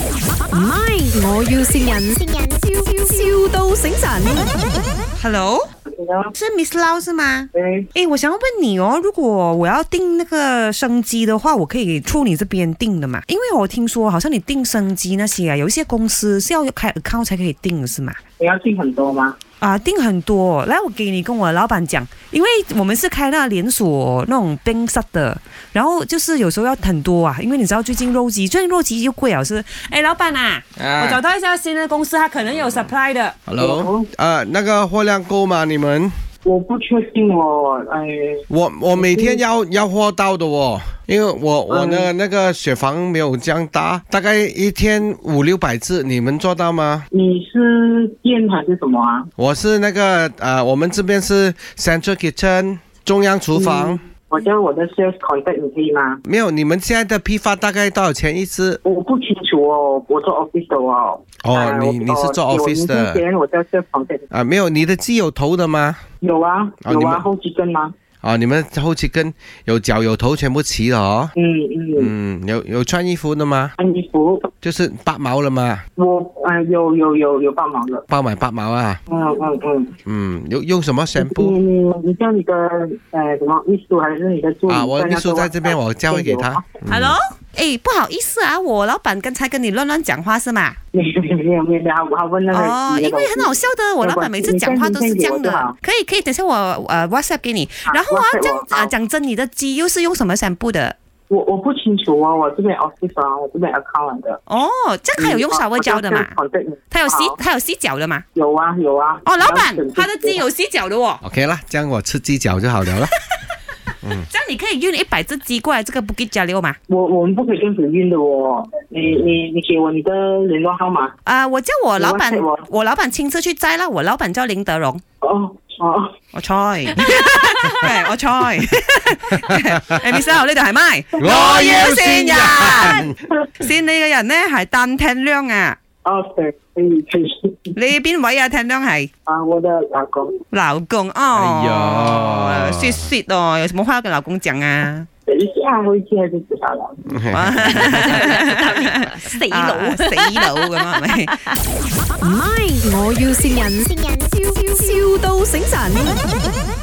唔係，我要善人，笑笑到醒神。 Hello， Hello，是 Miss Lau 是吗？喂，哎，我想要问你哦，如果我要订那个生机的话，我可以出你这边订的嘛？因为我听说好像你订生机那些啊，有一些公司是要开 account 才可以订的是吗？你要订很多吗？啊，订很多，来我给你跟我老板讲，因为我们是开那连锁那种冰室的，然后就是有时候要很多啊，因为你知道最近肉鸡，最近肉鸡又贵了是，哎，老板啊，我找啊到一家新的公司，它可能有 supply 的， ，Hello，啊，那个货量够吗？你们？我不确定哦，哎，我我每天要要货到的哦，因为我我的那个雪房没有这样大，大概一天五六百只，你们做到吗？你是店还是什么啊？我是那个呃，我们这边是 Central Kitchen 中央厨房，我叫我的 sales contact 你可以吗？没有，你们现在的批发大概多少钱一只？我不清楚哦，我做 office 的哦。哦啊你我你是做我 office 的我之前我叫 sales contact，啊，没有，你的鸡有头的吗？有啊哦有你啊，们后期跟吗？啊，你们后期跟有脚有头全部齐了哦。嗯嗯，嗯，有有穿衣服的吗？穿衣服，就是八毛了吗？我啊有有有有帮忙的，包买八毛啊。嗯嗯嗯，嗯，用用什么宣你布？你你叫你的呃什么秘书还是你的助理？啊，我在秘那书个在这边， WhatsApp 我交回给啊他。 Hello，哎，不好意思啊，我老板刚才跟你乱乱讲话是吗？没有没有没有没有，他他问那个哦，呃你那因个为很好笑的，我老板每次讲话都是这样你先你先给我就的好。可以可以，等一下我呃 WhatsApp 给你。然后啊， WhatsApp 这样我啊、好讲真，你的鸡又是用什么散布的？我我不清楚哦，我这边 office 啊，我这边 account 的。哦，这样还有用嗯稍微胶的嘛？我就跟它有洗好它有洗脚的嘛？有啊有啊。哦，老板然后整，个他的鸡有洗脚的哦， OK 啦，这样我吃鸡脚就好了啦。这样你可以运一百只鸡过来这个 Bukit Jalil 嘛？我我们不可以用指运的哦，你你你给我你的联络号码。啊、我叫我老板你 WhatsApp 我，我老板亲自去摘啦。我老板叫林德荣，哦哦，我猜， 对，我猜。 誒 Miss Lau，呢度係咪？我要善啊人，善你嘅人呢係單聽量啊，哦对，可以可以你邊位啊？聽量係？啊，我的老公，老公哦，哎呀雪雪哦，有什么话要跟老公讲 啊？ 等一下回去他就知道了。死佬死佬咁啊，係咪？唔係，我要善人，笑笑到醒神。